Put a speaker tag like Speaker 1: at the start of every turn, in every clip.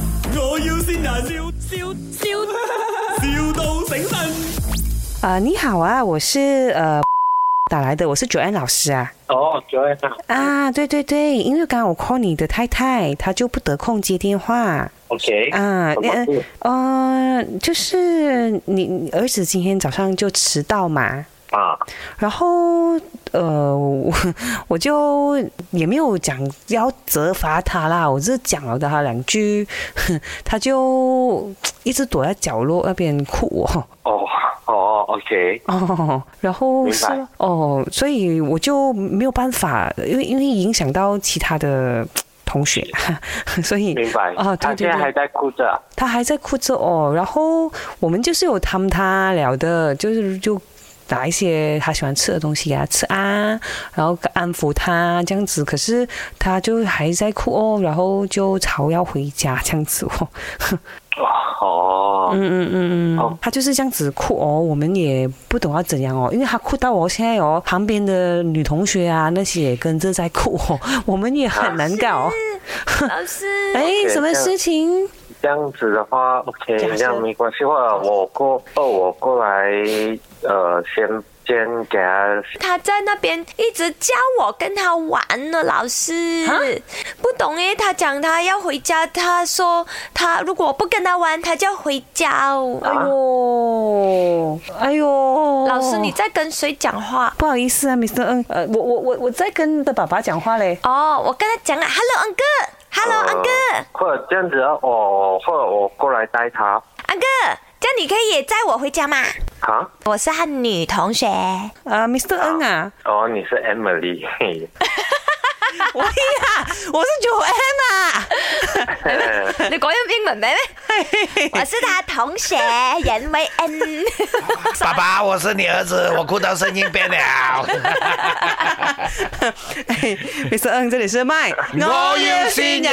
Speaker 1: 要先人，笑笑笑，,笑到醒 神。
Speaker 2: 啊、你好啊，我是呃 打来的，我是九安老师啊。
Speaker 3: 哦，九月啊
Speaker 2: 啊，对对对，因为刚刚我 call 你的太太，她就不得空接电话
Speaker 3: ，OK，
Speaker 2: 啊。
Speaker 3: 怎么
Speaker 2: 呃
Speaker 3: 不
Speaker 2: 呃，就是你你儿子今天早上就迟到嘛，
Speaker 3: 啊？
Speaker 2: 然后呃，我 我就也没有讲要责罚他啦，我只是讲了他两句， 他就一直躲在角落那边哭哦。
Speaker 3: 哦哦，OK，
Speaker 2: 哦，然后
Speaker 3: 明
Speaker 2: 是
Speaker 3: 白
Speaker 2: 咯哦，所以我就没有办法，因为因为影响到其他的同学， 所以
Speaker 3: 明白。
Speaker 2: 哦，
Speaker 3: 他
Speaker 2: 对对
Speaker 3: 现在还
Speaker 2: 对，
Speaker 3: 在哭着。
Speaker 2: 他还在哭着哦。然后我们就是有他们他聊的，就是就拿一些他喜欢吃的东西给他吃啊，然后安抚他这样子。可是他就还在哭哦，然后就吵要回家这样子哦。
Speaker 3: 哦，
Speaker 2: 嗯嗯嗯嗯
Speaker 3: 好，
Speaker 2: 他就是这样子哭哦，我们也不懂要怎样哦，因为他哭到哦，现在哦，旁边的女同学啊那些也跟着在哭哦， 我们也很难搞。哦
Speaker 4: 老师，
Speaker 2: 哎，
Speaker 3: 对
Speaker 2: 什么
Speaker 3: 这样
Speaker 2: 事情？
Speaker 3: 这样子的话，OK，
Speaker 2: 假设
Speaker 3: 这样没关系。或者我过，哦，我过来，呃，先先给他。
Speaker 4: 他在那边一直叫我跟他玩呢，老师
Speaker 2: 啊。
Speaker 4: 不懂诶，他讲他要回家，他说他如果不跟他玩，他就要回家哦。
Speaker 2: 哎呦，哎呦，
Speaker 4: 老师，你在跟谁讲话？
Speaker 2: 不好意思啊，Mr. 嗯，呃，我我我我在跟的爸爸讲话嘞。
Speaker 4: 哦，我跟他讲啊，Hello uncle，Hello
Speaker 5: 哦
Speaker 3: 呃
Speaker 4: uncle，uncle，
Speaker 3: 或者这样子啊，哦，或者我过来带他。
Speaker 4: 这样你可以也载我回家嘛？
Speaker 3: 啊？
Speaker 4: 我是他女同 学，
Speaker 2: 啊，Mr. 恩啊，
Speaker 3: 哦，你是 Emily。
Speaker 2: 我呀， 我是九 N 啊。
Speaker 4: 你讲英文咩？ 我是他同学，人为恩。
Speaker 6: 爸爸，我是你儿子，我哭到声音变了。
Speaker 2: 嘿 Mr. 哎 Ng，这里是麦，
Speaker 6: 我要
Speaker 2: 新
Speaker 6: 先人，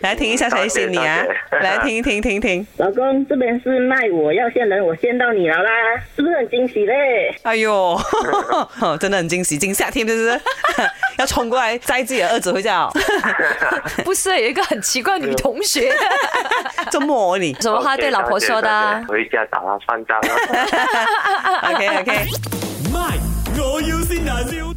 Speaker 2: 来听一下谁先你 啊
Speaker 3: 多谢？多谢
Speaker 2: 来听听听听，
Speaker 7: 老公，这边是卖我要线人，我线到你了啦，是不是很惊喜嘞？
Speaker 2: 哎 呦，真的很惊喜，惊吓天就是 要冲过来摘自己的儿子回家哦，
Speaker 5: 不是有一个很奇怪的女同学，
Speaker 2: 这么哦你
Speaker 5: 什么话对老婆说的啊、
Speaker 3: OK，回家打他三张啊。
Speaker 2: ，OK OK。
Speaker 1: My，我要先人，笑